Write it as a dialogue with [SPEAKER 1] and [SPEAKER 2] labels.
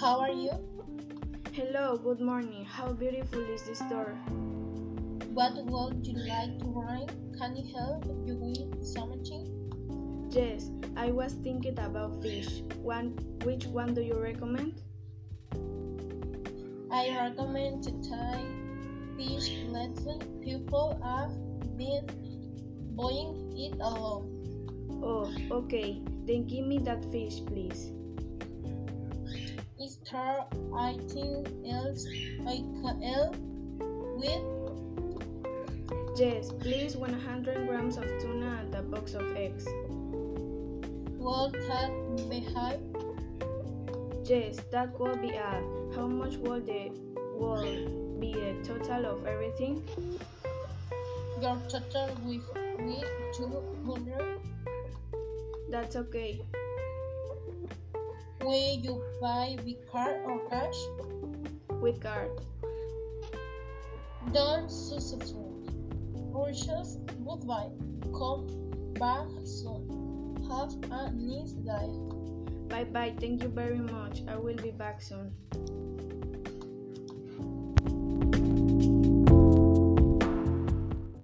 [SPEAKER 1] How are you?
[SPEAKER 2] Hello, good morning. How beautiful is this door?
[SPEAKER 1] What would you like to write? Can I help you with something?
[SPEAKER 2] Yes, I was thinking about fish. One, which one do you recommend?
[SPEAKER 1] I recommend to tie fish lately. People have been buying it a lot.
[SPEAKER 2] Oh, okay. Then give me that fish, please.
[SPEAKER 1] Is there anything else I can help with?
[SPEAKER 2] Yes, please 100 grams of tuna and a box of eggs.
[SPEAKER 1] Will that be high?
[SPEAKER 2] Yes, that will be all. How much will the will be a total of everything?
[SPEAKER 1] Your total with me 200.
[SPEAKER 2] That's okay.
[SPEAKER 1] Will you buy with card or cash?
[SPEAKER 2] With card.
[SPEAKER 1] Don't successful. Purchase goodbye. Come back soon. Have a nice day.
[SPEAKER 2] Bye bye. Thank you very much. I will be back soon.